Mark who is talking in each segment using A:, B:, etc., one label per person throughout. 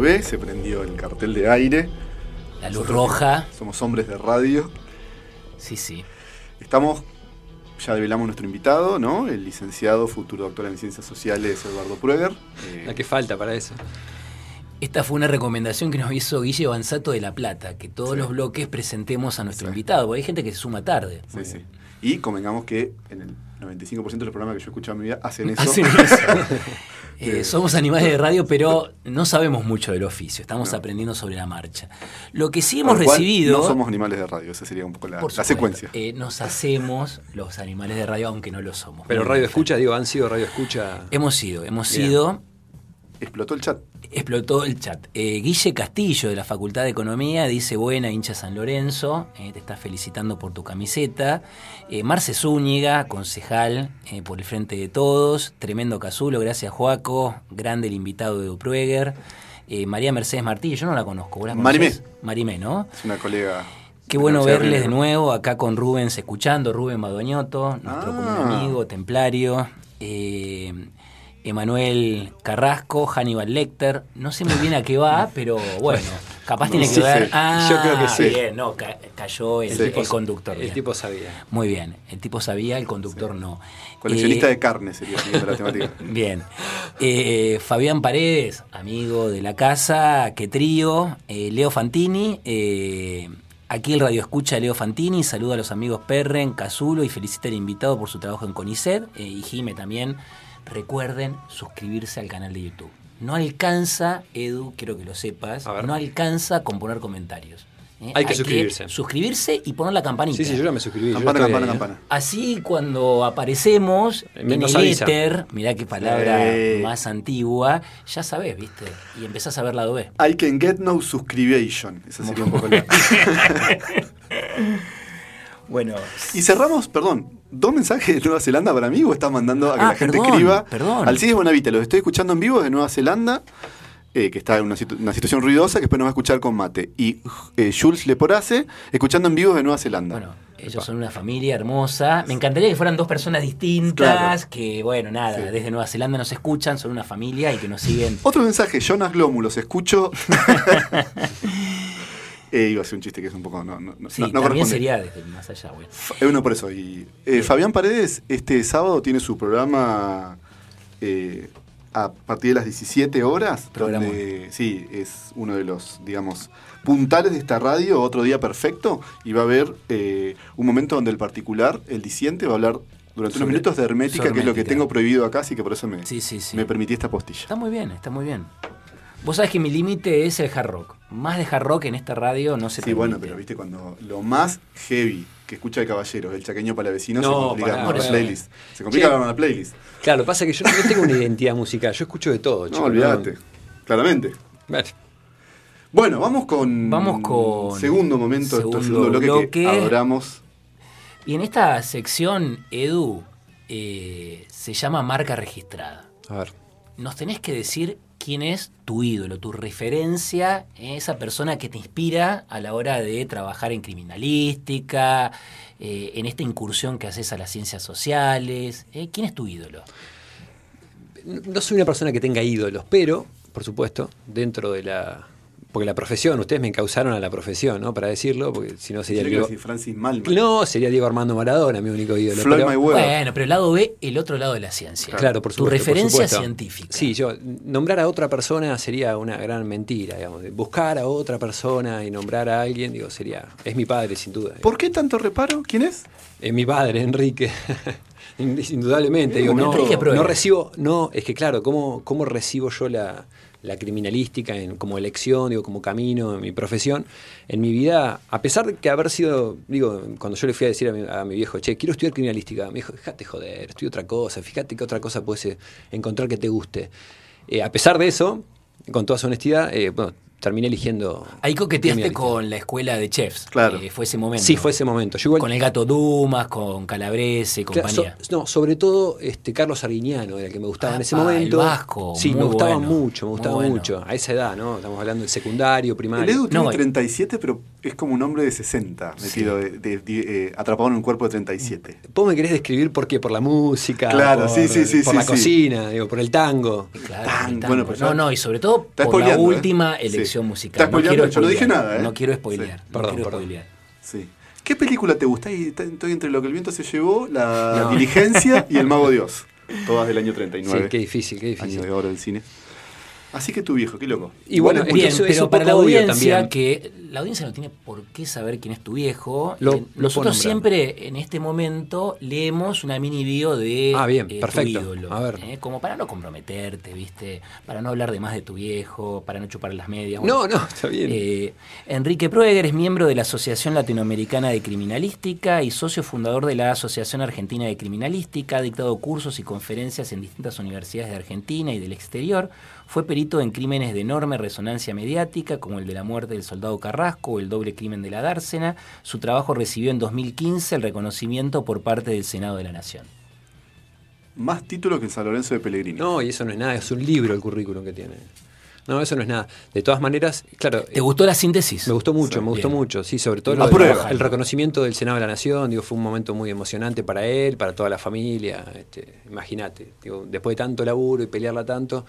A: ve, se prendió el cartel de aire.
B: La luz roja.
A: Somos hombres de radio.
B: Sí, sí.
A: Estamos, ya develamos nuestro invitado, ¿no? El licenciado, futuro doctor en ciencias sociales, Eduardo Prueger. Eh,
C: La que falta para eso.
B: Esta fue una recomendación que nos hizo Guille Banzato de La Plata, que todos
A: Sí.
B: los bloques presentemos a nuestro
A: Sí.
B: invitado, porque hay gente que se suma tarde.
A: sí, sí. Y convengamos que en el 95% de los programas que yo he escuchado en mi vida hacen eso.
B: Hacen eso.
A: Sí.
B: Eh, somos animales de radio, pero no sabemos mucho del oficio, estamos
A: No.
B: aprendiendo sobre la marcha. Lo que sí
A: Con
B: hemos
A: lo cual,
B: recibido...
A: No somos animales de radio, esa sería un poco la,
B: Por
A: la
B: supuesto,
A: secuencia.
B: eh, nos hacemos los animales de radio, aunque no lo somos.
C: Pero radio escucha, digo, han sido radio escucha.
B: Hemos sido, hemos
C: Bien.
B: sido.
A: Explotó el chat.
B: Explotó el chat. Eh, Guille Castillo de la Facultad de Economía dice, buena hincha San Lorenzo, eh, te está felicitando por tu camiseta. Eh, Marce Zúñiga, concejal eh, por el Frente de Todos, tremendo casulo, gracias Joaco, grande el invitado de Uprueger. Eh, María Mercedes Martínez, yo no la conozco, ¿vos la
A: Marimé.
B: conocés? Marimé, ¿no?
A: Es una colega.
B: Qué
A: de
B: bueno
A: Universidad
B: verles de
A: Río.
B: nuevo acá con Rubens escuchando, Rubén Madoñoto, nuestro
A: Ah.
B: común amigo, templario, eh, Emanuel Carrasco, Hannibal Lecter, no sé muy bien a qué va, pero bueno, capaz
A: No
B: tiene que
A: sé.
B: ver. Ah,
C: Yo creo que sí.
B: Bien, no, ca- cayó el,
A: Sí.
B: el conductor.
C: El
B: bien.
C: tipo sabía.
B: Muy bien, el tipo sabía, el conductor no.
A: Coleccionista
B: Eh,
A: de carne sería siguiendo la temática.
B: Bien. Eh, Fabián Paredes, amigo de la casa, que trío. Eh, Leo Fantini. eh, aquí el radio escucha a Leo Fantini. Saluda a los amigos Perren, Casulo y felicita al invitado por su trabajo en CONICET. eh, y Jime también. Recuerden suscribirse al canal de YouTube. No alcanza, Edu, quiero que lo sepas,
C: A ver.
B: no alcanza con poner comentarios. eh.
C: Hay que suscribirse.
B: suscribirse y poner la campanita.
C: Sí, sí, yo ya me suscribí. yo
A: Campana,
C: estoy
A: campana,
C: ahí, ¿eh?
A: campana.
B: Así cuando aparecemos en
C: Me- nos
B: el
C: avisa.
B: éter, mirá qué palabra
A: Sí.
B: más antigua, ya sabés, ¿viste? Y empezás a ver la B.
A: I can get no subscription. Esa sería un poco la.
B: Bueno.
A: Y cerramos, perdón, dos mensajes de Nueva Zelanda para mí o estás mandando a que
B: Ah,
A: la gente
B: perdón,
A: escriba.
B: perdón.
A: Alcides Bonavita, los estoy escuchando en vivo de Nueva Zelanda, eh, que está en una, situ- una situación ruidosa que después nos va a escuchar con mate. Y eh, Jules Leporace, escuchando en vivo de Nueva Zelanda.
B: Bueno, ellos son una familia hermosa. Me encantaría que fueran dos personas distintas,
A: Claro.
B: que bueno, nada,
A: Sí.
B: desde Nueva Zelanda nos escuchan, son una familia y que nos siguen.
A: Otro mensaje, Jonas Glomu, los escucho. eh, iba a hacer un chiste que es un poco. No, no, no-
B: Sí,
A: no- no
B: también
A: corresponde.
B: sería desde más allá, güey.
A: Es uno por eso. Y, eh, Fabián Paredes este sábado tiene su programa eh, a partir de las 17 horas.
B: Programa.
A: Donde, sí, es uno de los, digamos, puntales de esta radio, otro día perfecto. Y va a haber eh, un momento donde el particular, el disiente, va a hablar durante unos
B: Sobre-
A: minutos de hermética,
B: sobre
A: que es lo que
B: hermética.
A: tengo prohibido acá, así que por eso me,
B: Sí, sí, sí.
A: me permití esta postilla.
B: Está muy bien, está muy bien. Vos sabés que mi límite es el hard rock. Más de hard rock en esta radio no se
A: Sí,
B: permite.
A: bueno, pero viste cuando lo más heavy que escucha el caballero, el chaqueño palavecino, se
C: No,
A: complica
C: pará,
A: con la
B: pará.
A: playlist. Se complica
C: Che.
A: con la playlist.
C: Claro, lo que pasa es que yo no tengo una identidad musical, yo escucho de todo.
A: No, olvídate. Claramente.
C: Bueno,
A: Bueno, vamos con.
B: Vamos con-
A: Segundo momento de este
B: segundo
A: segundo bloque,
B: bloque.
A: que adoramos.
B: Y en esta sección, Edu, eh, se llama marca registrada.
C: a ver.
B: Nos tenés que decir quién es tu ídolo, tu referencia, eh, esa persona que te inspira a la hora de trabajar en criminalística, eh, en esta incursión que haces a las ciencias sociales. eh, ¿Quién es tu ídolo?
C: No soy una persona que tenga ídolos, pero, por supuesto, dentro de la. Porque la profesión, ustedes me encausaron a la profesión, ¿no? Para decirlo, porque si no sería
A: Tiene que
C: Diego.
A: decir Francis Malman.
C: No, sería Diego Armando Maradona, mi único ídolo.
A: Floyd
C: pero-
A: Mayweather. Bueno.
B: Bueno, pero el lado B, el otro lado de la ciencia.
C: Claro, por supuesto.
B: Tu
C: por
B: referencia
C: supuesto.
B: científica.
C: Sí, yo nombrar a otra persona sería una gran mentira, digamos. Buscar a otra persona y nombrar a alguien, digo, sería. Es mi padre, sin duda.
A: ¿Por qué tanto reparo? ¿Quién es?
C: Es eh, mi padre, Enrique. Indudablemente,
A: Eh,
C: digo, no,
B: Enrique Proer.
C: no recibo, no, es que claro, ¿cómo, cómo recibo yo la, la criminalística en, como elección, digo, como camino, en mi profesión? En mi vida, a pesar de que haber sido, digo, cuando yo le fui a decir a mi, a mi viejo, che, quiero estudiar criminalística, me dijo, fíjate joder, estudia otra cosa, fíjate que otra cosa puedes eh, encontrar que te guste. Eh, a pesar de eso, con toda su honestidad, eh, bueno, terminé eligiendo.
B: Ahí coqueteaste
C: criminalista.
B: con la escuela de chefs.
A: Claro.
B: Eh, fue ese momento.
C: Sí, fue ese momento. Yo igual-
B: Con el gato Dumas, con Calabrese,
C: Claro, so-
B: compañía.
C: no, sobre todo este Carlos Arguiñano era el que me gustaba en ese
B: Ah, el
C: momento.
B: vasco,
C: sí,
B: muy
C: me gustaba
B: bueno,
C: mucho, me
B: muy
C: gustaba
B: bueno.
C: mucho. A esa edad, ¿no? Estamos hablando del secundario,
A: El
C: primario.
A: Edu tiene
B: No, y-
A: 37, pero es como un hombre de 60, metido de- de- de- eh, atrapado en un cuerpo de 37.
C: Vos me querés describir por qué, por la música,
A: Claro,
C: por,
A: sí, sí, sí,
C: por
A: sí,
C: la
A: sí.
C: cocina, digo, por el tango.
B: Claro,
A: Tan,
B: tan,
A: bueno, pero
C: pues
B: no,
A: ya-
B: no, y sobre todo
A: Está
B: por la
A: spoileando, ¿eh?
B: última
A: Sí.
B: elección musical.
A: Está spoileando, yo no dije
B: spoilear,
A: nada, ¿eh?
B: No quiero
A: Sí.
B: spoilear. no
C: Perdón,
B: quiero
C: perdón.
B: spoilear.
A: Sí. ¿Qué película te gusta? Y t- Estoy entre lo que el viento se llevó, La,
B: No.
A: Diligencia y El Mago Dios. Todas del año 39.
C: Sí, qué difícil, qué
A: Año
C: difícil.
A: de oro del cine. Así que tu viejo, qué loco.
C: Y bueno,
B: Bien,
C: eso- eso
B: pero
C: un
B: para la
C: poco odio
B: audiencia,
C: también.
B: que la audiencia no tiene por qué saber quién es tu viejo. eh,
C: Lo- lo puedo
B: Nosotros
C: nombrar.
B: siempre, en este momento, leemos una mini bio de
C: Ah, bien,
B: eh,
C: perfecto.
B: tu ídolo.
C: A ver.
B: eh, como para no comprometerte, ¿viste? Para no hablar de más de tu viejo, para no chupar las medias. bueno,
C: No, no, está bien.
B: Eh, Enrique Proeger es miembro de la Asociación Latinoamericana de Criminalística y socio fundador de la Asociación Argentina de Criminalística. Ha dictado cursos y conferencias en distintas universidades de Argentina y del exterior. Fue perito en crímenes de enorme resonancia mediática, como el de la muerte del soldado Carrasco o el doble crimen de la dársena. Su trabajo recibió en 2015 el reconocimiento por parte del Senado de la Nación.
A: Más título que en San Lorenzo de Pellegrini.
C: No, y eso no es nada, es un libro el currículum que tiene. No, eso no es nada. De todas maneras, claro,
B: ¿Te gustó la síntesis?
C: Me gustó mucho, me gustó
B: Bien.
C: mucho, sí, sobre todo lo del-
A: Aprueba.
C: el reconocimiento del Senado de la Nación, digo, fue un momento muy emocionante para él, para toda la familia, este, imagínate, digo, después de tanto laburo y pelearla tanto,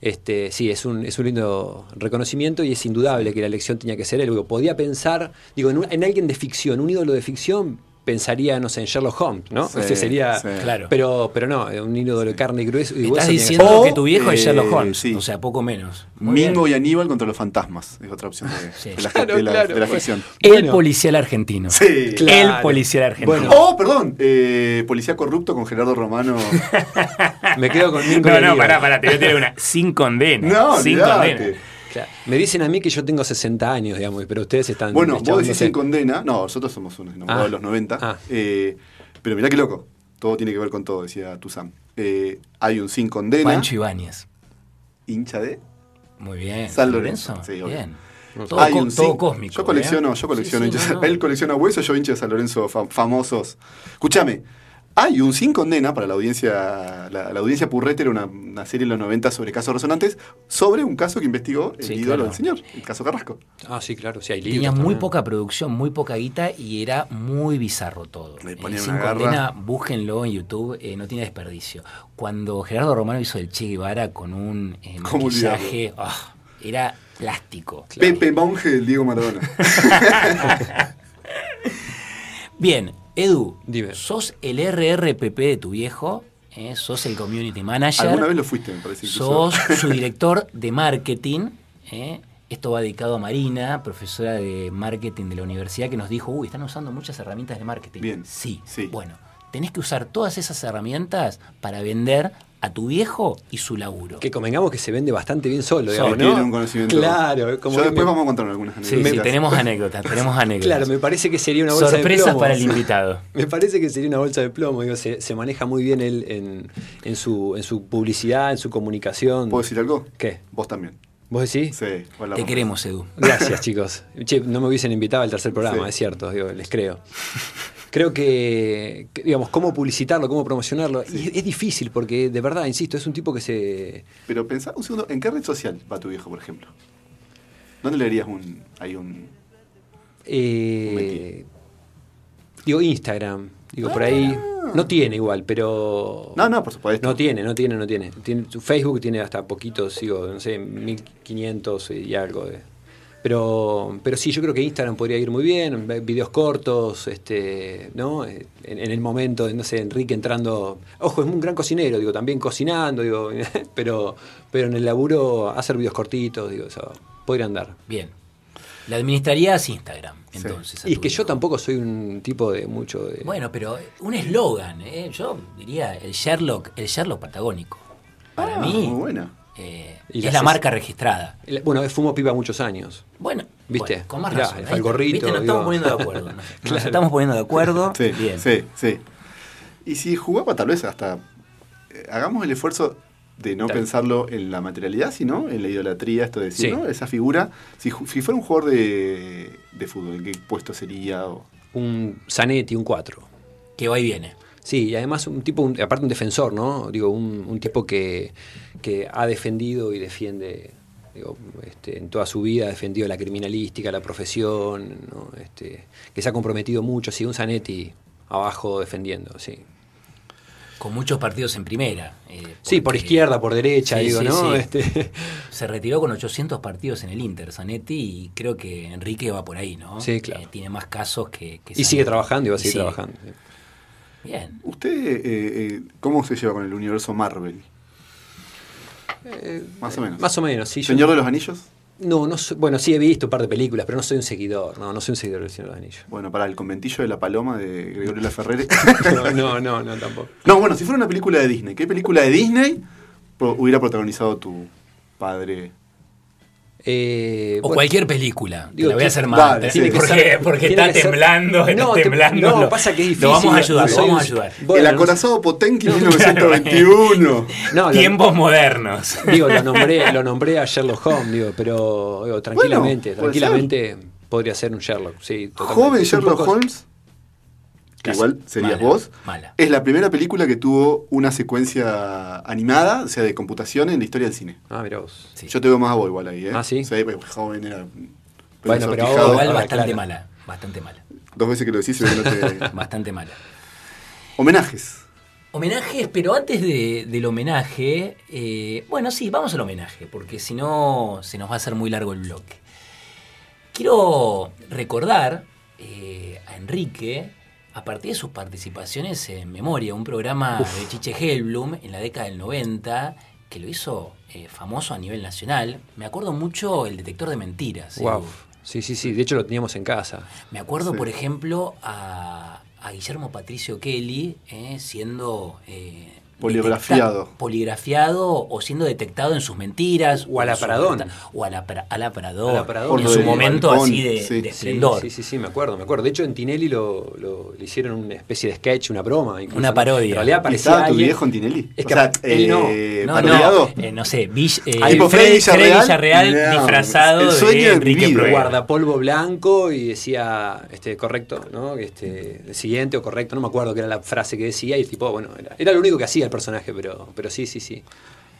C: este, sí, es un, es un lindo reconocimiento y es indudable que la elección tenía que ser él, digo, podía pensar, digo, en, un- en alguien de ficción, un ídolo de ficción, pensaría, no sé, en Sherlock Holmes, ¿no?
A: Sí,
C: Ese sería,
A: sí.
B: Claro.
C: Pero, pero no, un ídolo de carne y grueso. y
B: Estás
C: hueso tenía que
B: diciendo
A: O,
B: que tu viejo es Sherlock
A: eh,
B: Holmes,
A: sí.
B: o sea, poco menos. Muy bien.
A: Mingo y Aníbal contra los fantasmas. Es otra opción de,
B: Sí.
A: de la,
C: Claro,
A: de la-
C: claro,
A: de la
C: bueno.
A: ficción.
B: El
C: Bueno.
B: policial argentino.
A: Sí.
C: Claro.
B: El policial argentino.
C: Bueno.
A: Oh, perdón. eh, policía corrupto con Gerardo Romano.
C: ser- Me quedo con Nico
B: No,
C: Oliva.
B: no, pará, pará, te voy a tirar una. Sin condena.
A: Oh, No,
B: sin
A: olvidate.
B: condena.
C: Claro. Me dicen a mí que yo tengo 60 años, digamos, pero ustedes están.
A: Bueno, vos decís
C: echándose.
A: sin condena. No, nosotros somos unos enamorados
C: Ah.
A: de los 90.
C: Ah.
A: Eh, pero mirá qué loco. Todo tiene que ver con todo, decía Tuzán. Eh, hay un sin condena.
B: Pancho Ibáñez.
A: Hincha de.
B: Muy bien.
A: San Lorenzo, sí, obvio.
B: bien.
C: No sé.
B: Todo,
A: hay
B: co-
A: un
B: todo
A: sin-
B: cósmico.
A: Yo colecciono,
B: ¿eh?
A: yo colecciono
B: Sí, sí,
A: hinchas.
B: no, no.
A: Él colecciona huesos, yo hincha de San Lorenzo fam- famosos. Escúchame. Hay un sin condena para la audiencia, la, la audiencia Purrete era una, una serie en los 90 sobre casos resonantes, sobre un caso que investigó el
B: Sí,
A: ídolo
B: claro.
A: del señor, el caso Carrasco.
C: Ah, sí, claro, sí, hay libros.
B: Tenía muy
C: también.
B: poca producción, muy poca guita y era muy bizarro todo.
A: Le
B: Eh,
A: ponían
B: sin
A: una garra.
B: condena, búsquenlo en YouTube, eh, no tiene desperdicio. Cuando Gerardo Romano hizo el Che Guevara con un eh,
A: ¿Cómo olvidarlo?
B: maquillaje, ah, era plástico.
A: Pepe Monje del Diego Maradona.
B: Bien, Edu,
C: Dime.
B: sos el RRPP de tu viejo, eh, sos el community manager,
A: Alguna vez lo fuiste, me parece. incluso.
B: sos su director de marketing. eh, Esto va dedicado a Marina, profesora de marketing de la universidad, que nos dijo, uy, están usando muchas herramientas de marketing.
A: Bien,
B: Sí.
A: sí.
B: Bueno, tenés que usar todas esas herramientas para vender a tu viejo y su laburo.
C: Que convengamos que se vende bastante bien solo,
A: Que
C: digamos, ¿no?
A: Eh, tiene un conocimiento.
C: Claro, como.
A: Yo
C: que
A: después
C: me-
A: vamos a contar algunas
B: Sí,
A: anécdotas.
B: sí, tenemos anécdotas, tenemos anécdotas.
C: Claro, me parece que sería una bolsa de
B: Sorpresas
C: plomo.
B: para el invitado.
C: Me parece que sería una bolsa de plomo, digo, se, se maneja muy bien él en, en su, en su publicidad, en su comunicación.
A: ¿Puedo decir algo?
C: ¿Qué?
A: Vos también.
C: ¿Vos decís?
A: Sí, hola,
B: Te
A: mamá.
B: queremos, Edu.
C: Gracias, chicos. Che, no me hubiesen invitado al tercer programa,
A: Sí.
C: es cierto, digo, les creo. Creo que, que, digamos, cómo publicitarlo, cómo promocionarlo. Y es, es difícil porque, de verdad, insisto, es un tipo que se.
A: Pero pensá un segundo, ¿en qué red social va tu viejo, por ejemplo? ¿Dónde le harías un. Hay un.
C: eh, digo, Instagram. Digo, por ahí. No tiene igual, pero.
A: Ah. No, no, por supuesto.
C: No tiene, no tiene, no tiene. Tiene- su Facebook tiene hasta poquitos, digo, no sé, 1500 y algo. de- pero, pero sí, yo creo que Instagram podría ir muy bien, ve- videos cortos, este, ¿no? Eh, En, en el momento, no sé, Enrique entrando. Ojo, es un gran cocinero, digo, también cocinando, digo, pero, pero en el laburo hacer videos cortitos, digo, eso podría andar.
B: Bien. La administrarías Instagram, entonces. a
C: Y es
B: tu
C: que yo
B: viejo.
C: tampoco soy un tipo de mucho de.
B: Bueno, pero un eslogan, ¿eh? yo diría el Sherlock, el Sherlock patagónico. Para
A: Ah,
B: mí
A: Muy buena.
B: eh,
C: Y
B: es
C: las
B: la
C: es-
B: marca registrada.
C: El- Bueno, fumo pipa muchos años.
B: Bueno,
C: ¿Viste?
B: bueno, con más
C: Mirá,
B: razón.
C: el
B: ahí está.
C: gorrito,
B: ¿Viste? Nos
C: digo.
B: estamos poniendo de acuerdo. Nos,
C: Claro.
B: nos estamos poniendo de acuerdo.
A: Sí,
B: Bien.
A: sí, sí. Y si jugaba, tal vez hasta. eh, hagamos el esfuerzo de no
C: Claro.
A: pensarlo en la materialidad, sino en la idolatría, esto de decir,
C: Sí.
A: ¿no? Esa figura, si, ju- si fuera un jugador de, de fútbol, ¿en qué puesto sería? O-
C: Un Zanetti, un 4.
B: Que va y viene.
C: Sí, y además un tipo, un- aparte un defensor, ¿no? Digo, un, un tipo que, que ha defendido y defiende, digo, este, en toda su vida ha defendido la criminalística, la profesión, ¿no? Este, que se ha comprometido mucho, sí, un Zanetti abajo defendiendo, sí.
B: Con muchos partidos en primera. eh,
C: Sí, por
B: porque
C: izquierda, por derecha,
B: Sí,
C: digo,
B: sí,
C: ¿no?
B: sí.
C: Este,
B: Se retiró con 800 partidos en el Inter, Zanetti, y creo que Enrique va por ahí, ¿no? Eh,
C: Sí, claro.
B: tiene más casos que. que
C: y
B: Zanetti.
C: sigue trabajando y va a
B: Y
C: seguir
B: sigue.
C: trabajando. sí.
B: Bien.
A: ¿Usted eh, eh, cómo se lleva con el universo Marvel? más o menos.
C: Eh, Más o menos, sí. yo-
A: ¿Señor de los Anillos?
C: No, no soy- bueno, sí he visto un par de películas, pero no soy un seguidor, no, no soy un seguidor del Señor de los Anillos.
A: Bueno, para el conventillo de la paloma de Gregorio Laferrere.
C: No, no, no, no, tampoco.
A: no, bueno, si fuera una película de Disney, ¿qué película de Disney pro- hubiera protagonizado tu padre?
C: Eh,
B: O
C: bueno,
B: cualquier película. Te
C: digo,
B: la voy a
C: ti-
B: hacer más.
A: dale,
B: ¿eh?
A: tiene que
B: porque
C: ser-
B: porque
C: tiene
B: está
C: que ser-
B: temblando, está
C: No, te-
B: temblando.
C: no,
B: lo-
C: pasa que es
B: Lo
C: difícil,
B: vamos a
C: no
B: ayudar, lo
C: soy
B: vamos a
C: un-
B: ayudar.
C: Bueno,
A: el
C: no sé.
A: acorazado Potenki 1921.
C: No, lo-
B: Tiempos modernos.
C: Digo, lo nombré, lo nombré a Sherlock Holmes, digo, pero digo, tranquilamente,
A: Bueno, puede
C: tranquilamente podría ser un Sherlock, sí. totalmente.
A: Joven
C: Es un
A: Sherlock
C: poco-
A: Holmes, que
C: Casi.
A: igual serías
B: Mala,
A: vos,
B: mala.
A: es la primera película que tuvo una secuencia animada, o sea, de computación en la historia del cine.
C: Ah, mira vos.
B: Sí.
A: Yo te veo más a vos igual ahí, ¿eh?
C: Ah, ¿sí?
A: Sí, pues, joven era... un
C: Bueno, pero
A: desortijado.
C: ahora-
B: Igual
C: ahora-
B: bastante
C: claro.
B: mala. Bastante mala.
A: Dos veces que lo decís, se ve que no te-
B: Bastante mala.
A: Homenajes.
B: Homenajes, pero antes de- del homenaje, eh, bueno, sí, vamos al homenaje, porque si no se nos va a hacer muy largo el bloque. Quiero recordar eh, a Enrique, a partir de sus participaciones en Memoria, un programa de Chiche Helblum en la década del 90, que lo hizo eh, famoso a nivel nacional. Me acuerdo mucho el detector de mentiras.
C: Wow.
B: Edu.
C: Sí, sí, sí. De hecho lo teníamos en casa.
B: Me acuerdo,
A: Sí.
B: por ejemplo, a, a Guillermo Patricio Kelly eh, siendo... eh,
A: Poligrafiado.
B: detecta- Poligrafiado o siendo detectado en sus mentiras.
C: O a la
B: en su-
C: Paradón.
B: O a la, pra- a la Paradón.
C: A la Paradón.
A: Por
B: En
A: lo
B: su
A: del
B: momento
A: balcón,
B: así de,
A: sí.
B: de
A: Sí,
B: esplendor.
C: Sí, sí, sí, me acuerdo, me acuerdo. De hecho, en Tinelli lo, lo- le hicieron una especie de sketch, una broma. incluso,
B: Una
C: ¿no?
B: parodia.
C: En realidad
A: ¿Y
C: parecía
A: estaba tu
C: alguien-
A: viejo en Tinelli?
C: Es
A: o
C: que
A: sea,
C: él no.
A: eh,
B: No, no,
A: parodiado.
B: eh, no sé, Vill- eh,
A: Ah, tipo Freddy
B: Freddy, Freddy
A: Villarreal.
B: Villarreal
A: No,
B: disfrazado
A: el sueño
B: de
A: de mi
B: Enrique
A: vida.
B: Proera.
C: guardapolvo blanco y decía este correcto, ¿no? Este, el siguiente o correcto, no me acuerdo qué era la frase que decía y el tipo, bueno, era, era lo único que hacía el personaje, pero, pero sí, sí, sí.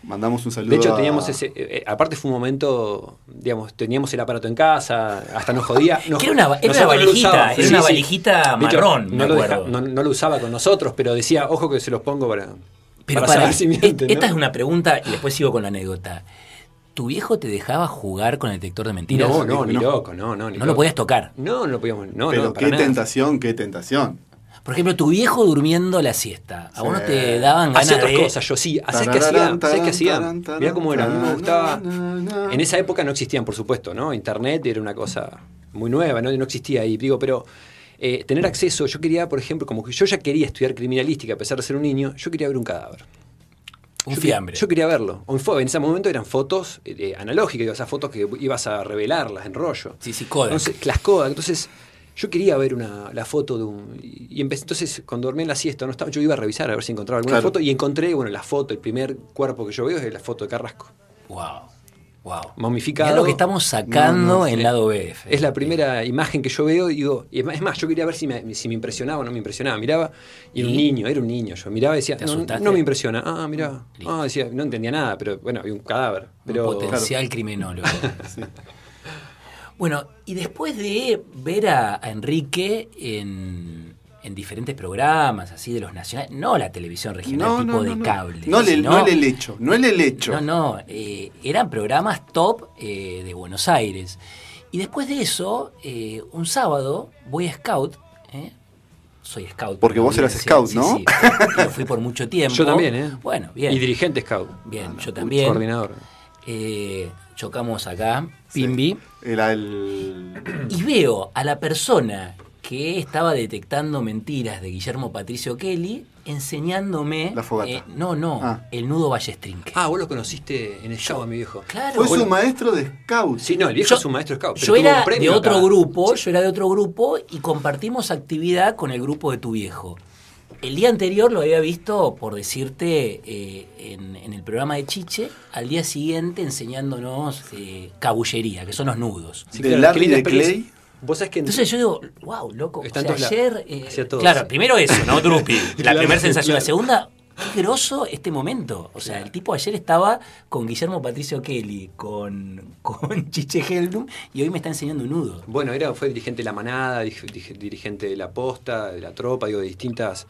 A: Mandamos un saludo.
C: De hecho
A: a-
C: teníamos ese, eh, eh, aparte fue un momento, digamos, teníamos el aparato en casa, hasta nos jodía. nos-
B: Que era una- era una
C: nosotros lo
B: valijita,
C: usábamos,
B: era una valijita
C: De
B: marrón, me
C: no, lo
B: acuerdo.
C: no, no lo usaba con nosotros, pero decía, ojo que se los pongo para,
B: Pero
C: para,
B: para,
C: saber si mienten,
B: esta
C: ¿no?
B: es una pregunta y después sigo con la anécdota. ¿Tu viejo te dejaba jugar con el detector de mentiras?
C: No, no,
A: dijo
C: ni
A: que no.
C: loco, no, no. ni
B: No
C: loco.
B: lo podías tocar.
C: No, no lo podíamos. No,
A: Pero
C: no, para
A: qué
C: nada.
A: tentación, qué tentación.
B: Por ejemplo, tu viejo durmiendo la siesta. A vos no
A: Sí.
B: te daban ganas
C: Hacía otras
B: de.
C: cosas, yo sí. Hacía que hacía.
A: Tararán,
C: Hacía que hacía.
A: tarán, tarán,
C: Mirá cómo era. A mí me
A: tarán,
C: gustaba.
A: tarán, tarán.
C: En esa época no existían, por supuesto, ¿no? Internet era una cosa muy nueva, no, no existía ahí. Digo, pero. eh, tener acceso, yo quería, por ejemplo, como que yo ya quería estudiar criminalística a pesar de ser un niño, yo quería ver un cadáver.
B: Un
C: yo, que-
B: fiambre.
C: Yo quería verlo. O en, fo- en ese momento eran fotos eh, eh, analógicas, digo, esas fotos que ibas a revelarlas en rollo.
B: Sí, sí, Kodak.
C: Entonces, las Kodak. Entonces, yo quería ver una, la foto de un. Y y empecé, entonces, cuando dormí en la siesta, no estaba, yo iba a revisar a ver si encontraba alguna
A: Claro.
C: foto y encontré, bueno, la foto, el primer cuerpo que yo veo es la foto de Carrasco.
B: Wow. Wow.
C: Momificado.
B: Mirá lo que estamos sacando
A: No, no,
B: en
C: sí.
B: lado BF.
C: Es la primera imagen que yo veo y digo, y es más- es más, yo quería ver si me, si me impresionaba o no me impresionaba. Miraba, y era un
B: ¿Y?
C: niño, era un niño. Yo miraba y decía,
B: ¿Te
C: no, no,
B: asustaste?
C: no me impresiona. Ah, mirá.
B: Listo.
C: Ah, decía, no entendía nada, pero bueno, había un cadáver. Pero,
B: Un potencial criminólogo.
A: Sí.
B: Bueno, y después de ver a, a Enrique en, en diferentes programas, así de los nacionales, no la televisión regional,
A: No,
B: tipo
A: no,
B: de
A: no, no.
B: cable.
A: No, le-
B: sino-
A: no el helecho, no el helecho.
B: No, no, eh, eran programas top eh, de Buenos Aires. Y después de eso, eh, un sábado voy a Scout. ¿eh? Soy Scout.
A: Porque vos eras
B: Sí,
A: Scout,
B: sí,
A: ¿no?
B: Sí, Yo fui por mucho tiempo.
C: Yo también, ¿eh?
B: Bueno, bien.
C: Y dirigente scout.
B: Bien,
C: Ah,
B: yo también.
C: Coordinador.
B: Eh, chocamos acá,
A: Sí.
B: Pimbi,
A: Era el...
B: y veo a la persona que estaba detectando mentiras de Guillermo Patricio Kelly enseñándome. eh,
A: La fogata.
B: no, no,
A: Ah.
B: el nudo ballestrinque.
C: Ah, vos lo conociste en el show, mi viejo.
B: Claro.
A: Fue su
C: Bueno.
A: maestro de scout.
C: Sí, no, el viejo
B: Yo-
C: es un maestro scout. pero
B: Yo
C: tuvo un
B: era de
C: premio
B: otro
C: acá.
B: grupo, yo era de otro grupo y compartimos actividad con el grupo de tu viejo. El día anterior lo había visto, por decirte, eh, en, en el programa de Chiche, al día siguiente enseñándonos eh, cabullería, que son los nudos.
C: Sí,
A: De
C: claro,
A: Larry
C: qué linda
A: de Clay.
C: experiencia. Vos sabés que en-
B: Entonces yo digo, wow, loco.
C: Están
B: o sea,
C: todos la-
B: ayer. eh,
C: hacia todos,
B: claro,
C: sí.
B: primero eso, ¿no? Drupi. La
C: Claro,
B: primera sensación.
C: claro.
B: La segunda, qué groso este momento. O sea, el tipo ayer estaba con Guillermo Patricio Kelly, con, con Chiche Heldum, y hoy me está enseñando un nudo.
C: Bueno, era, fue dirigente de la manada, dij- dij- dirigente de la posta, de la tropa, digo, de distintas.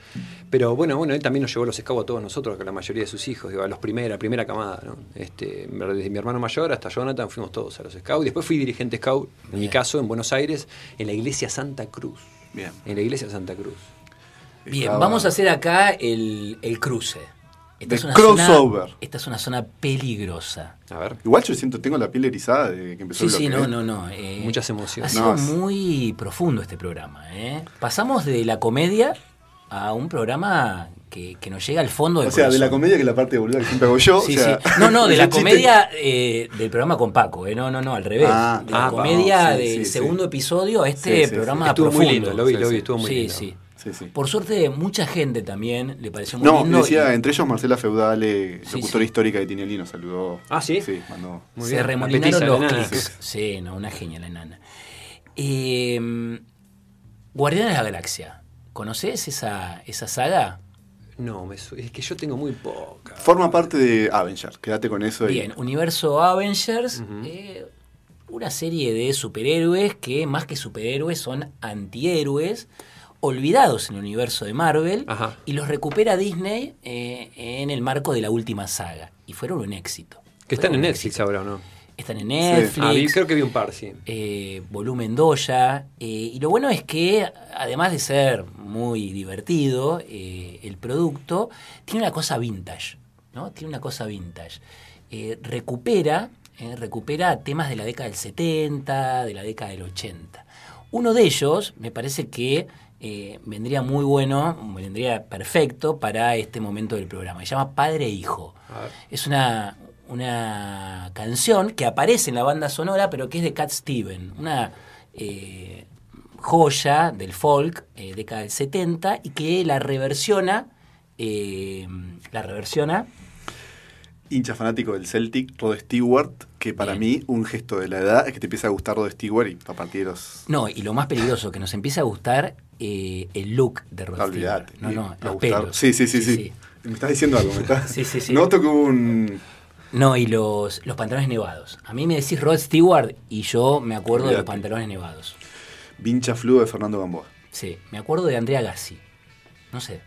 C: Pero bueno, bueno, él también nos llevó los escabos a todos nosotros, a la mayoría de sus hijos, digo, a los primera, primera camada, ¿no? Este, desde mi hermano mayor hasta Jonathan fuimos todos a los scouts. Después fui dirigente scout, en mi caso, en Buenos Aires, en la iglesia Santa Cruz.
A: Bien.
C: En la iglesia Santa Cruz.
B: Bien,
A: Estaba-
B: vamos a hacer acá el, el cruce. Esta
A: The
B: es una
A: crossover.
B: zona- esta es una zona peligrosa.
C: A ver.
A: Igual yo siento, tengo la piel erizada de que empezó
B: Sí,
A: el
B: sí,
A: bloque,
B: no,
A: ¿eh?
B: no, no. eh,
C: Muchas emociones.
B: Ha sido
A: No, es-
B: muy profundo este programa. ¿eh? Pasamos de la comedia a un programa que, que nos llega al fondo del
A: O sea, de la
B: corazón.
A: comedia que la parte de boluda que siempre hago yo. o
B: Sí,
A: sea,
B: sí. No, no, de
A: el
B: la
A: chiste-
B: comedia eh, del programa con Paco. ¿eh? No, no, no, al revés.
A: Ah,
B: de la
C: ah,
B: comedia
A: vamos, sí,
B: del
A: sí,
B: segundo
A: sí.
B: episodio a este
A: Sí, sí, sí.
B: programa
C: Estuvo
B: profundo.
C: muy lindo, lo vi,
A: Sí,
C: lo vi,
A: sí.
C: estuvo muy
B: sí,
C: lindo.
B: sí.
A: Sí, sí.
B: Por suerte, mucha gente también le pareció muy
A: No,
B: lindo.
A: decía,
B: y
A: entre ellos Marcela Feudale,
B: Sí,
A: locutora
B: sí.
A: histórica de Tinelli, nos saludó.
C: Ah, ¿sí?
A: Sí, mandó.
C: Muy
B: se
C: bien.
B: remolinaron
C: La petiza,
B: los
C: la nana.
B: clics. Sí, no, una genia la nana. Eh, Guardianes de la Galaxia. ¿Conoces esa, esa saga?
C: No, me su- es que yo tengo muy poca.
A: Forma parte de Avenger, quédate con eso. y-
B: Bien, Universo Avengers, eh, una serie de superhéroes que más que superhéroes son antihéroes, olvidados en el universo de Marvel,
C: Ajá.
B: y los recupera Disney eh, en el marco de la última saga. Y fueron un éxito.
C: Que están
B: Fueron
C: en
B: un
C: Netflix ahora, ¿o ¿no?
B: éxito. Están en Netflix.
C: Ah, vi- creo que vi un par, sí.
B: eh, volumen Doya. eh, y lo bueno es que, además de ser muy divertido, eh, el producto tiene una cosa vintage, ¿no? Tiene una cosa vintage. Eh, recupera, eh, recupera temas de la década del 70, de la década del 80. Uno de ellos, me parece que eh, vendría muy bueno, vendría perfecto para este momento del programa. Se llama Padre e Hijo.
C: A ver.
B: Es una, una canción que aparece en la banda sonora, pero que es de Cat Steven, una eh, joya del folk, eh, década del 70, y que la reversiona, eh, la reversiona,
A: hincha fanático del Celtic, Rod Stewart, que para mí un gesto de la edad es que te empieza a gustar Rod Stewart y a partir de los...
B: no, y lo más peligroso, que nos empieza a gustar eh, el look de Rod
A: No,
B: Stewart.
A: olvidate.
B: No, no,
A: Me
B: los
A: gustaron.
B: pelos.
A: Sí, sí, sí, sí, Me estás diciendo algo, me estás...
B: Sí, sí, sí.
A: Noto que hubo un...
B: No, y los, los pantalones nevados. A mí me decís Rod Stewart y yo me acuerdo de los
A: Olvidate.
B: pantalones nevados.
A: Vincha fluo de Fernando Gamboa.
B: Sí, me acuerdo de Andrea Gassi. No sé.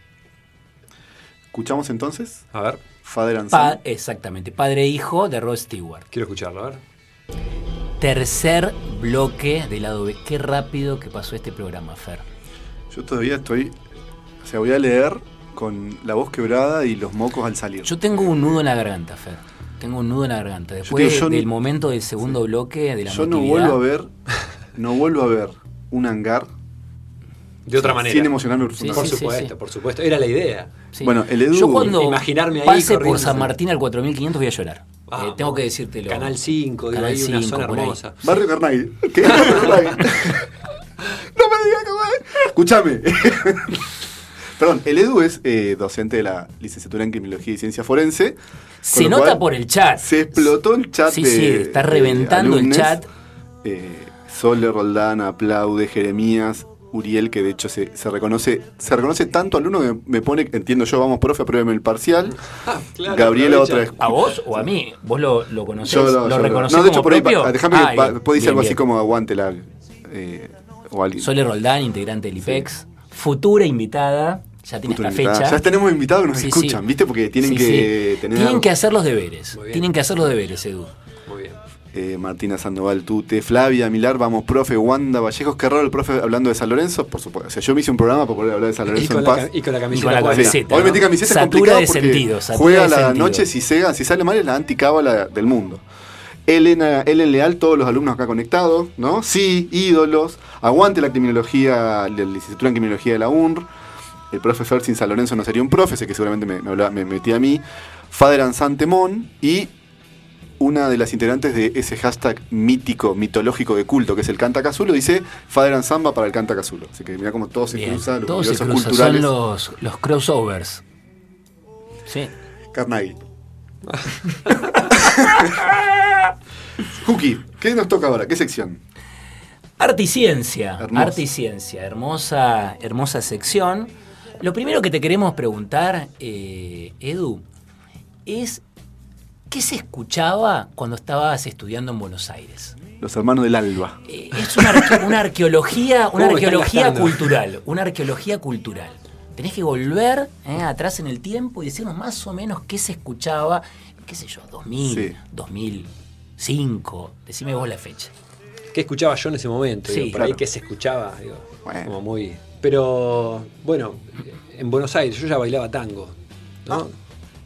A: ¿Escuchamos entonces?
C: A ver,
A: Father and
B: Pa-
A: Son.
B: exactamente, padre e hijo de Rod Stewart.
C: quiero escucharlo, a ver.
B: Tercer bloque del lado B. Qué rápido que pasó este programa, Fer.
A: Yo todavía estoy... O sea, voy a leer con la voz quebrada y los mocos al salir.
B: Yo tengo un nudo en la garganta, Fer. Tengo un nudo en la garganta. Después
A: digo, yo
B: del
A: no-
B: momento del segundo bloque de la
A: Yo no
B: emotividad,
A: vuelvo a ver... No vuelvo a ver un hangar
C: De otra manera.
A: sin emocionarme
B: Sí,
C: Por
A: profundamente.
B: sí,
C: supuesto,
B: sí.
C: por supuesto. Era la idea.
B: sí.
A: Bueno, el Edu-
B: Yo cuando
C: Imaginarme ahí
B: pase por
C: corriendo,
B: San
C: sí.
B: Martín al 4500 voy a llorar.
C: Vamos.
B: Eh, tengo que decírtelo.
C: Canal 5, digo,
B: Canal
C: ahí una
B: 5,
C: zona
B: por ahí.
C: hermosa.
A: Barrio Carnaghi. ¿Qué? Barrio Carnaghi. no me digas que Escúchame. Perdón, el Edu es eh, docente de la licenciatura en Criminología y Ciencia Forense. con
B: Se
A: lo
B: nota
A: cual
B: por el chat.
A: Se explotó el chat
B: Sí,
A: de-
B: sí, está
A: de
B: reventando el
A: alumnos.
B: chat.
A: Eh, Sole, Roldán, Aplaude, Jeremías, Uriel, que de hecho se, se reconoce se reconoce tanto alumno que me pone, entiendo yo, vamos profe, apruébeme el parcial.
C: Ah, claro,
A: Gabriela
C: aprovecha.
A: otra vez.
B: ¿A vos o a mí? ¿Vos lo, lo conocés?
A: Yo
B: ¿Lo
A: yo
B: reconocés
A: No, de
B: como
A: hecho, por ahí,
B: propio?
A: pa- dejame
B: Ah,
A: que pa-
B: bien,
A: puede decir
B: bien,
A: algo así
B: bien.
A: como aguante la. eh, o alguien.
B: Sole Roldán, integrante del IPEX, futura invitada, ya tiene
A: Futura
B: la
A: invitada.
B: fecha.
A: Ah, Ya tenemos invitados que nos
B: Sí,
A: escuchan,
B: sí.
A: ¿viste? Porque tienen
B: Sí,
A: que
B: sí.
A: tener.
B: Tienen que hacer los deberes.
C: Muy bien.
B: Tienen que hacer los deberes, Edu.
C: Ah, Muy bien.
A: eh, Martina Sandoval, Tute, Flavia, Milar, vamos, profe, Wanda, Vallejos, qué raro el profe hablando de San Lorenzo, por supuesto. O sea, yo me hice un programa para poder hablar de San
C: Y
A: Lorenzo
C: con,
A: en
C: la,
A: paz.
C: ca- y con la
B: con
C: camiseta.
B: la
C: puesta.
B: camiseta.
A: Hoy
B: ¿no?
A: metí camiseta es
B: Satura
A: complicado
B: de
A: porque
B: sentido, satura
A: juega
B: de
A: a la
B: sentido.
A: noche si cega, si sale mal es la anticábala del mundo. Elena, Ellen Leal, todos los alumnos acá conectados, ¿no? Sí, ídolos, aguante la criminología, la licenciatura en criminología de la UNR. El profe Fer sin San Lorenzo no sería un profe, sé que seguramente me, me hablaba- me metí a mí. Father Ansantemón y una de las integrantes de ese hashtag mítico, mitológico de culto, que es el Canta Cazulo, dice Father and Samba para el Canta Cazulo. Así que mira cómo todo se
B: Bien,
A: cruza, los
B: todos se
A: universos
B: cruzan,
A: culturales.
B: son los, los crossovers. Sí.
A: Carnegie. Juki, ¿qué nos toca ahora? ¿Qué sección?
B: Arte y ciencia.
A: Hermoso.
B: Arte y ciencia. Hermosa, hermosa sección. Lo primero que te queremos preguntar, eh, Edu, es ¿qué se escuchaba cuando estabas estudiando en Buenos Aires?
A: Los hermanos del alba.
B: Eh, es una, arque- una arqueología,
C: ¿Cómo
B: una
C: me
B: arqueología
C: están gastando?
B: cultural. Una arqueología cultural. Tenés que volver eh, atrás en el tiempo y decirnos más o menos qué se escuchaba, qué sé yo, 2000,
A: Sí.
B: 2005. Decime vos la fecha.
C: ¿Qué escuchaba yo en ese momento?
B: Sí,
C: Digo, por ahí
A: claro.
C: que se escuchaba, digo,
A: Bueno.
C: como muy. Pero bueno, en Buenos Aires yo ya bailaba tango,
A: Ah.
C: ¿no?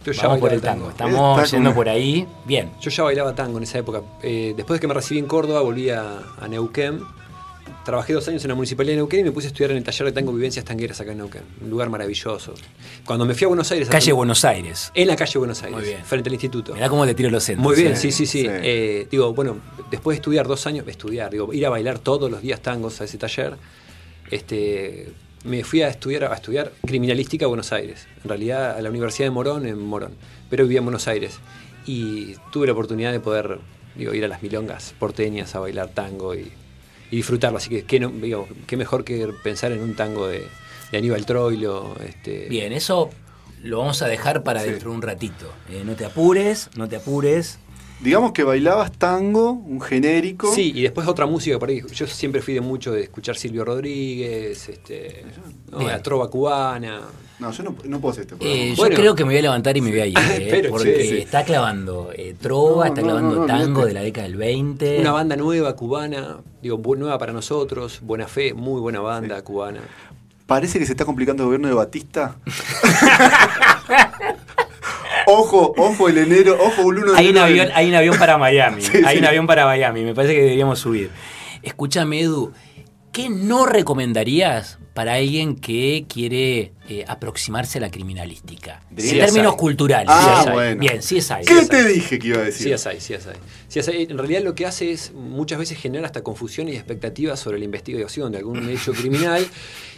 C: Yo ya
B: Vamos
C: bailaba
B: por el tango. Estamos
A: Está con-
B: yendo por ahí. Bien.
C: Yo ya bailaba tango en esa época. Eh, después de que me recibí en Córdoba, volví a, a Neuquén. Trabajé dos años en la municipalidad de Neuquén y me puse a estudiar en el taller de tango Vivencias Tangueras acá en Neuquén. Un lugar maravilloso. Cuando me fui a Buenos Aires. a-
B: Calle Buenos Aires.
C: En la calle Buenos Aires,
B: Muy bien.
C: frente al instituto.
B: Mirá cómo le tiro los centros.
C: Muy bien,
B: eh.
C: sí, sí, sí.
A: sí.
C: Eh, digo, bueno, después de estudiar dos años, estudiar, digo, ir a bailar todos los días tangos a ese taller, este, me fui a estudiar, a estudiar criminalística a Buenos Aires. En realidad, a la Universidad de Morón, en Morón. Pero vivía en Buenos Aires. Y tuve la oportunidad de poder, digo, ir a las milongas porteñas a bailar tango y, y disfrutarlo. Así que, qué, no- digo, qué mejor que pensar en un tango de, de Aníbal Troilo. Este,
B: Bien, eso lo vamos a dejar para
A: Sí.
B: dentro de un ratito. Eh, no te apures, no te apures.
A: Digamos que bailabas tango, un genérico.
C: Sí, y después otra música por ahí. Yo siempre fui de mucho de escuchar Silvio Rodríguez, este, ¿no?
B: Bien.
C: la trova cubana.
A: No, yo no, no puedo hacer este programa.
B: Eh,
C: Bueno.
B: Yo creo que me voy a levantar y me voy a ir. eh,
C: Pero,
B: porque
C: sí, sí.
B: está clavando eh, trova,
A: No,
B: está
A: no,
B: clavando
A: no, no,
B: tango
A: olvídate.
B: de la década del 20.
C: Una banda nueva cubana, digo, bu- nueva para nosotros, Buena Fe, muy buena banda cubana.
A: Parece que se está complicando el gobierno de Batista. ojo, ojo el enero, ojo el 1 de
B: hay un
A: enero del-
B: avión, hay un avión para Miami.
A: Sí,
B: hay
A: sí.
B: un avión para Miami. Me parece que deberíamos subir. Escúchame, Edu, ¿qué no recomendarías para alguien que quiere eh, aproximarse a la criminalística?
A: De
B: en
A: CSI.
B: términos culturales.
A: Ah,
B: CSI.
A: bueno.
B: Bien, sí es
A: ¿Qué te dije que iba a
C: Sí,
A: decir?
C: así, sí, así. Sí, así. En realidad lo que hace es muchas veces generar hasta confusión y expectativas sobre la investigación de algún hecho criminal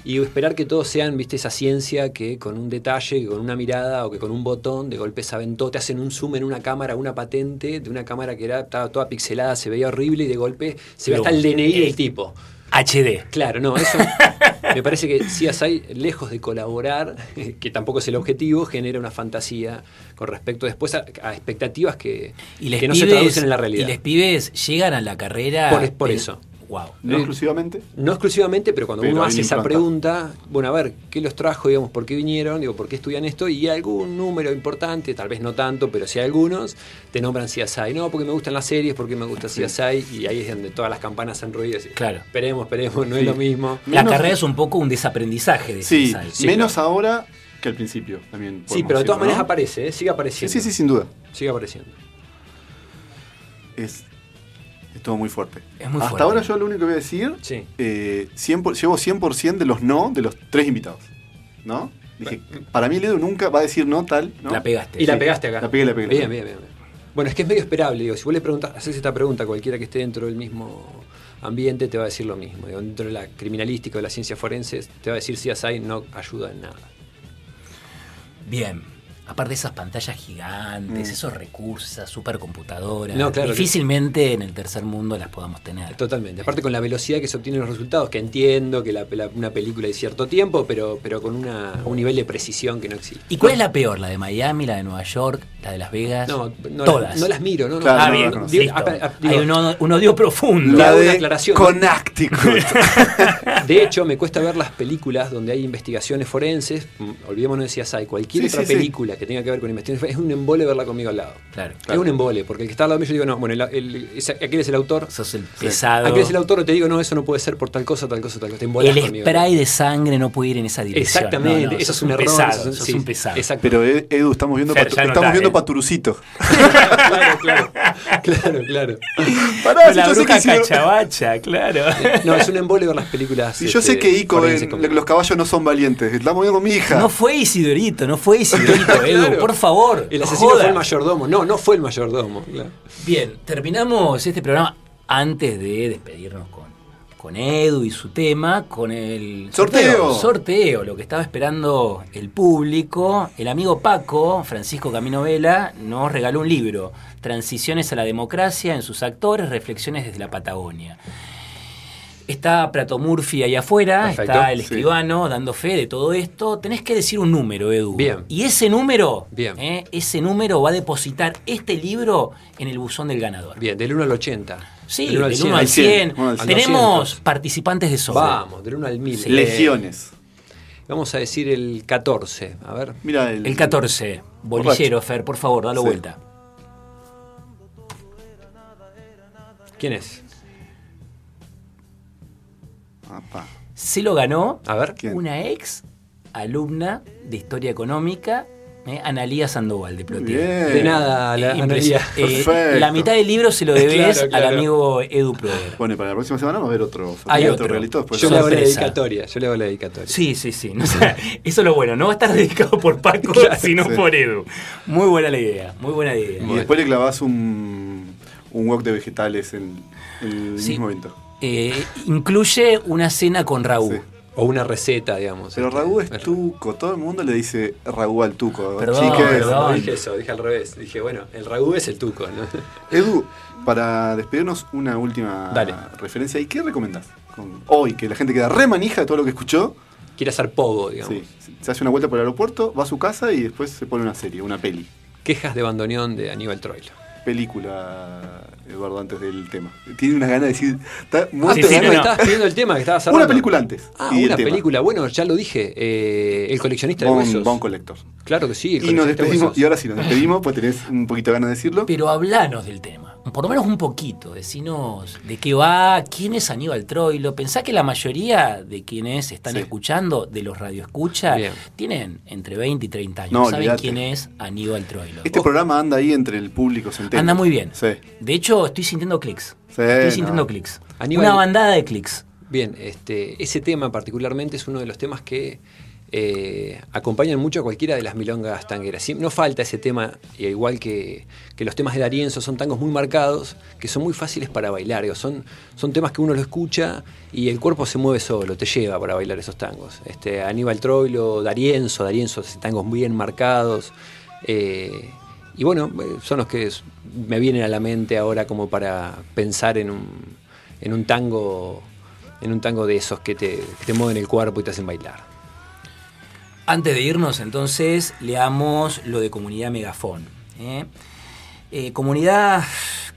C: y esperar que todos sean, viste, esa ciencia que con un detalle, que con una mirada o que con un botón de golpe se aventó, te hacen un zoom en una cámara, una patente de una cámara que era, estaba toda pixelada, se veía horrible y de golpe se ve
B: Pero,
C: hasta el DNI
B: eh,
C: del tipo.
B: HD.
C: Claro, no, eso me parece que CSI, lejos de colaborar, que tampoco es el objetivo, genera una fantasía con respecto después a, a expectativas que,
B: Y les
C: que no se
B: pibes-
C: traducen en la realidad.
B: Y les pibes llegan a la carrera. eh,
C: Por- por eso.
B: Wow.
A: No exclusivamente.
C: No exclusivamente, pero cuando
A: Pero
C: uno
A: hay
C: hace
A: una
C: esa
A: impronta.
C: pregunta, bueno, a ver, ¿qué los trajo, digamos, por qué vinieron, digo, por qué estudian esto? Y algún número importante, tal vez no tanto, pero sí algunos, te nombran CSI. No, porque me gustan las series, porque me gusta CSI, y ahí es donde todas las campanas han ruido. y decís,
B: Claro.
C: Esperemos, esperemos, no
A: Sí.
C: es lo mismo.
B: La
A: Menos-
B: carrera es un poco un desaprendizaje de
A: Sí,
B: CSI.
C: sí,
A: menos ahora que al principio también.
C: Sí,
A: podemos
C: pero de
A: decirlo,
C: todas maneras
A: ¿no?
C: aparece, ¿eh?
A: Sí,
C: sigue apareciendo.
A: sí, sí, sin duda.
C: Sigue apareciendo.
A: Es, es todo muy fuerte.
B: Es muy
A: Hasta
B: fuerte.
A: ahora yo lo único que voy a decir,
C: Sí.
A: eh, 100 por- llevo 100% de los no de los tres invitados. ¿No? Dije, para mí Ledo nunca va a decir no tal. ¿no?
B: La pegaste.
C: Y la
A: Sí,
C: pegaste acá.
A: la pegué, la pegué, la
C: Bien,
A: pegué.
C: bien, bien. bien. Bueno, es que es medio esperable, digo, si vos le preguntas, haces esta pregunta a cualquiera que esté dentro del mismo ambiente, te va a decir lo mismo. Digo, dentro de la criminalística o de la ciencia forense, te va a decir si CSI no ayuda en nada.
B: Bien. Aparte de esas pantallas gigantes,
A: Mm.
B: esos recursos, esas supercomputadoras,
C: No, claro que-
B: difícilmente en el tercer mundo las podamos tener.
C: Totalmente. Aparte con la velocidad que se obtienen los resultados, que entiendo que la- la- una película de cierto tiempo, pero, pero con una- un nivel de precisión que no existe.
B: ¿Y cuál es la peor? ¿La de Miami, la de Nueva York, la de Las Vegas?
C: No, no,
B: Todas.
C: Las, no las miro, no, no.
A: Claro,
B: ah,
A: no,
B: bien.
A: no, no,
B: listo.
C: digo, apa- apa- digo,
B: Hay un, ono- un odio profundo.
A: La
C: hago una
A: de
C: aclaración.
A: Connecticut.
C: De hecho, me cuesta ver las películas donde hay investigaciones forenses. Mm, Olvidémonos de CSI. Cualquier
A: Sí,
C: otra
A: sí, sí.
C: película que tenga que ver con investigaciones forenses es un embole verla conmigo al lado.
B: Claro.
C: Es un embole, porque el que está al lado mío, yo digo, no, bueno, el, el- ese- aquel es el autor.
B: Sos el pesado.
C: Aquel es el autor, o te digo, no, eso no puede ser por tal cosa, tal cosa, tal cosa. Te embolas
B: el
C: conmigo.
B: spray de sangre no puede ir en esa dirección.
C: Exactamente,
B: No, no,
C: eso
B: sos
C: es un, error.
B: Pesado,
C: eso es
B: sos
C: sí,
B: un pesado.
C: Exacto.
A: Pero eh, Edu, estamos viendo,
B: Fer,
A: Patu-
B: ya no
A: estamos
B: está,
A: viendo
B: eh.
A: Paturucito.
C: claro, claro. Claro, claro.
A: Pará, si
B: la
A: Ah, yo sé que
B: bruja
A: hicieron-
B: cachavacha, claro.
C: No, es un embole ver las películas.
A: Si yo
C: este,
A: sé que Ico,
C: forenses
A: en-
C: conmigo.
A: los caballos no son valientes. Estamos viendo con mi hija.
B: No fue Isidorito, no fue Isidorito. Edu,
C: Claro.
B: por favor.
C: El
B: no
C: asesino
B: jodas.
C: fue el mayordomo. No, no fue el mayordomo. claro.
B: Bien, terminamos este programa antes de despedirnos con, con Edu y su tema, con el
A: Sorteo.
B: sorteo. Sorteo, lo que estaba esperando el público. El amigo Paco, Francisco Camino Vela, nos regaló un libro, Transiciones a la Democracia en sus actores, reflexiones desde la Patagonia. Está Prato Murphy ahí afuera,
C: Perfecto,
B: está el
A: sí.
B: escribano dando fe de todo esto. Tenés que decir un número, Edu.
C: Bien.
B: Y ese número,
C: Bien.
B: ¿eh? ese número va a depositar este libro en el buzón del ganador.
C: Bien, del 1 al 80.
B: Sí,
C: del 1 al 100.
A: al
B: al 100.
A: 100, uno al 100.
B: Tenemos participantes de sobra.
C: Vamos, del 1 al 1000.
A: Legiones.
C: Vamos a decir el 14. A ver.
A: Mira
B: El 14, bolillero, Fer, por favor, dalo
A: Sí.
B: vuelta.
C: ¿Quién es?
A: Apa.
B: Se lo ganó
C: A ver.
A: ¿Quién?
B: una ex alumna de Historia Económica, ¿eh? Analía Sandoval de Plotier.
A: Bien.
C: De nada, la
B: Impresi-
C: Analía.
B: eh,
A: Perfecto.
B: la mitad del libro se lo debes
C: Claro, claro.
B: al amigo Edu Proder.
A: Bueno, y para la próxima semana vamos a ver otro.
B: Hay
A: otro
B: otro.
A: regalito después.
C: Yo le hago la
B: Sorpresa.
C: dedicatoria. Yo le hago la dedicatoria.
B: Sí, sí, sí. No, o sea, eso es lo bueno. No va a estar dedicado por Paco, sino
A: sí.
B: por Edu. Muy buena la idea. Muy buena la idea.
A: Y después le clavas un, un wok de vegetales en, en el
B: Sí.
A: mismo evento.
B: Eh, incluye una cena con Raúl.
A: Sí.
C: O una receta, digamos. Este.
A: Pero Ragú es tuco, todo el mundo le dice Ragú al tuco.
B: Perdón,
A: Chiques,
B: perdón.
C: No dije eso, dije al revés. Dije, bueno, el ragú es el tuco, ¿no?
A: Edu, para despedirnos, una última
C: Dale.
A: referencia. ¿Y qué recomendás? Con- hoy, que la gente queda re manija de todo lo que escuchó.
C: Quiere hacer pogo, digamos.
A: Sí. Se hace una vuelta por el aeropuerto, va a su casa y después se pone una serie, una peli.
C: Quejas de bandoneón de Aníbal Troilo.
A: Película, Eduardo, antes del tema. Tiene una gana de decir. Está
C: Ah,
A: muerto
C: pero
A: de
B: sí,
C: no,
A: ganas.
B: no.
C: estabas pidiendo el tema que estabas
A: Una
C: cerrando.
A: película antes.
C: Ah,
A: y el
C: una
A: tema.
C: película. Bueno, ya lo dije. eh, el coleccionista de
A: Bone,
C: huesos.
A: Bone Collector.
C: Claro que sí. el
A: Y nos
C: coleccionista de
A: despedimos,
C: huesos.
A: y ahora sí nos despedimos, pues tenés un poquito de ganas de decirlo.
B: Pero hablanos del tema. Por lo menos un poquito. Decinos de qué va, quién es Aníbal Troilo. Pensá que la mayoría de quienes están
A: Sí.
B: escuchando, de los radioescuchas,
C: Bien.
B: tienen entre 20 y 30 años.
A: No,
B: saben
A: olvidate.
B: quién es Aníbal Troilo.
A: Este programa anda ahí entre el público centeno.
B: Oh. Anda muy bien.
A: Sí.
B: De hecho, estoy sintiendo clics.
A: Sí,
B: estoy
A: no.
B: sintiendo clics.
C: Aníbal-
B: Una bandada de clics.
C: Bien, este, ese tema particularmente es uno de los temas que eh, acompañan mucho a cualquiera de las milongas tangueras. Sí, No falta ese tema, y al igual que, que los temas de Darienzo, son tangos muy marcados, que son muy fáciles para bailar. digo, son, son temas que uno lo escucha y el cuerpo se mueve solo, te lleva para bailar esos tangos. Este, Aníbal Troilo, Darienzo, Darienzo, esos tangos muy bien marcados. eh, y bueno, eh, son los que s- me vienen a la mente ahora como para pensar en un, en un tango en un tango de esos que te, que te mueven el cuerpo y te hacen bailar.
B: Antes de irnos, entonces, leamos lo de comunidad Megafón. ¿eh? Eh, comunidad,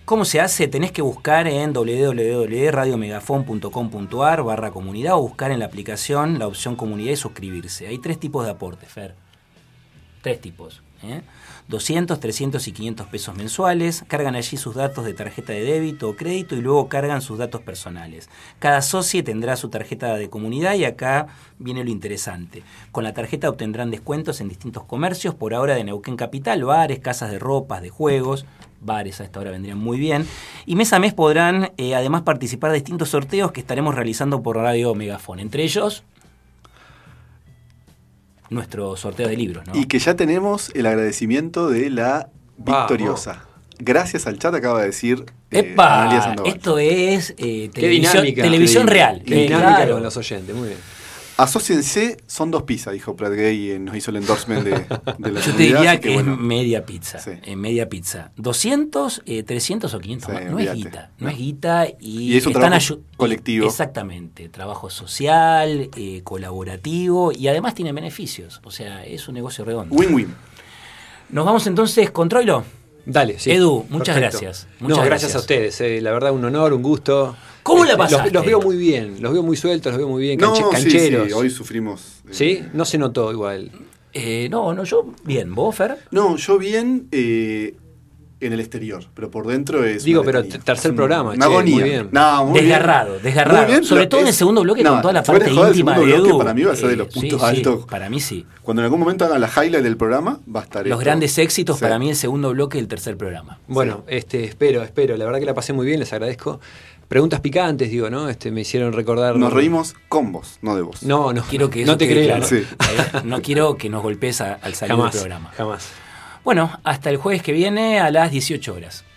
B: ¿cómo se hace? Tenés que buscar en www.radiomegafon.com.ar barra comunidad o buscar en la aplicación la opción comunidad y suscribirse. Hay tres tipos de aportes, Fer. Tres tipos. ¿eh? 200, 300 y 500 pesos mensuales. Cargan allí sus datos de tarjeta de débito o crédito y luego cargan sus datos personales. Cada socio tendrá su tarjeta de comunidad y acá viene lo interesante. Con la tarjeta obtendrán descuentos en distintos comercios, por ahora de Neuquén Capital, bares, casas de ropas, de juegos. Bares a esta hora vendrían muy bien. Y mes a mes podrán eh, además participar de distintos sorteos que estaremos realizando por Radio Megafon. Entre ellos, nuestro sorteo de libros. ¿no?
A: Y que ya tenemos el agradecimiento de la
C: Vamos.
A: victoriosa. Gracias al chat, acaba de decir eh, Analia
B: ¡Epa!
A: Sandoval.
B: Esto es eh,
C: Qué
B: televisión,
C: dinámica.
B: televisión
A: Qué
B: real.
C: Qué
B: Eh,
C: dinámica
B: claro.
C: con los oyentes, muy bien.
A: Asociense, son dos pizzas, dijo Pratt Gay, eh, nos hizo el endorsement de, de la comunidad,
B: Yo te
A: así
B: diría que, es
A: bueno.
B: media pizza.
A: Sí.
B: eh, media pizza. 200, eh, 300 o 500
A: Sí,
B: más. No
A: olvídate.
B: es guita. No es guita y,
A: Y es un trabajo
B: ayu-
A: colectivo.
B: Exactamente. Trabajo social, eh, colaborativo y además tiene beneficios. O sea, es un negocio redondo.
A: Win-win.
B: Nos vamos entonces con Troilo.
C: Dale, sí.
B: Edu, muchas
C: Perfecto.
B: gracias.
C: No,
B: Muchas
C: gracias,
B: gracias.
C: a ustedes. eh, la verdad, un honor, un gusto.
B: ¿Cómo la
C: Este, los-
B: pasaste?
C: Los, veo muy bien, los veo muy sueltos, los veo muy bien,
A: No,
C: canche-
A: sí, sí,
C: cancheros.
A: hoy sufrimos. eh,
C: ¿Sí? No se notó igual.
B: Eh, no, no, yo bien. ¿Vos, Fer?
A: No, yo bien. eh, en el exterior, pero por dentro es.
C: Digo,
A: una
C: pero
A: letanía.
C: t- tercer
A: Es un-
C: programa,
A: Una
C: che, muy
A: agonía.
C: bien.
A: No, muy bien.
B: Mm. desgarrado, desgarrado.
A: Muy bien,
B: Sobre
A: pero
B: todo en el
A: es-
B: segundo bloque
A: no,
B: con toda la
A: fuera
B: parte
A: de joda, el
B: íntima
A: segundo
B: de
A: bloque
B: Edu.
A: para mí va a ser de
B: Eh,
A: los
B: sí,
A: puntos
B: sí,
A: altos.
B: para mí sí.
A: Cuando en algún momento hagan la highlight del programa, va a estar
B: Los
A: esto.
B: grandes éxitos
A: Sí.
B: para mí el segundo bloque del tercer programa.
C: Bueno, este, espero, espero. La verdad que la pasé muy bien, les agradezco. Preguntas picantes, digo, ¿no? Este, me hicieron recordar.
A: Nos reímos con vos, no de vos.
C: No, no.
B: Quiero que eso
C: no te
B: quede
C: creas.
A: Sí.
B: claro. Eh, no quiero que nos golpees a- al salir
C: Jamás.
B: del programa.
C: Jamás.
B: Bueno, hasta el jueves que viene a las 18 horas.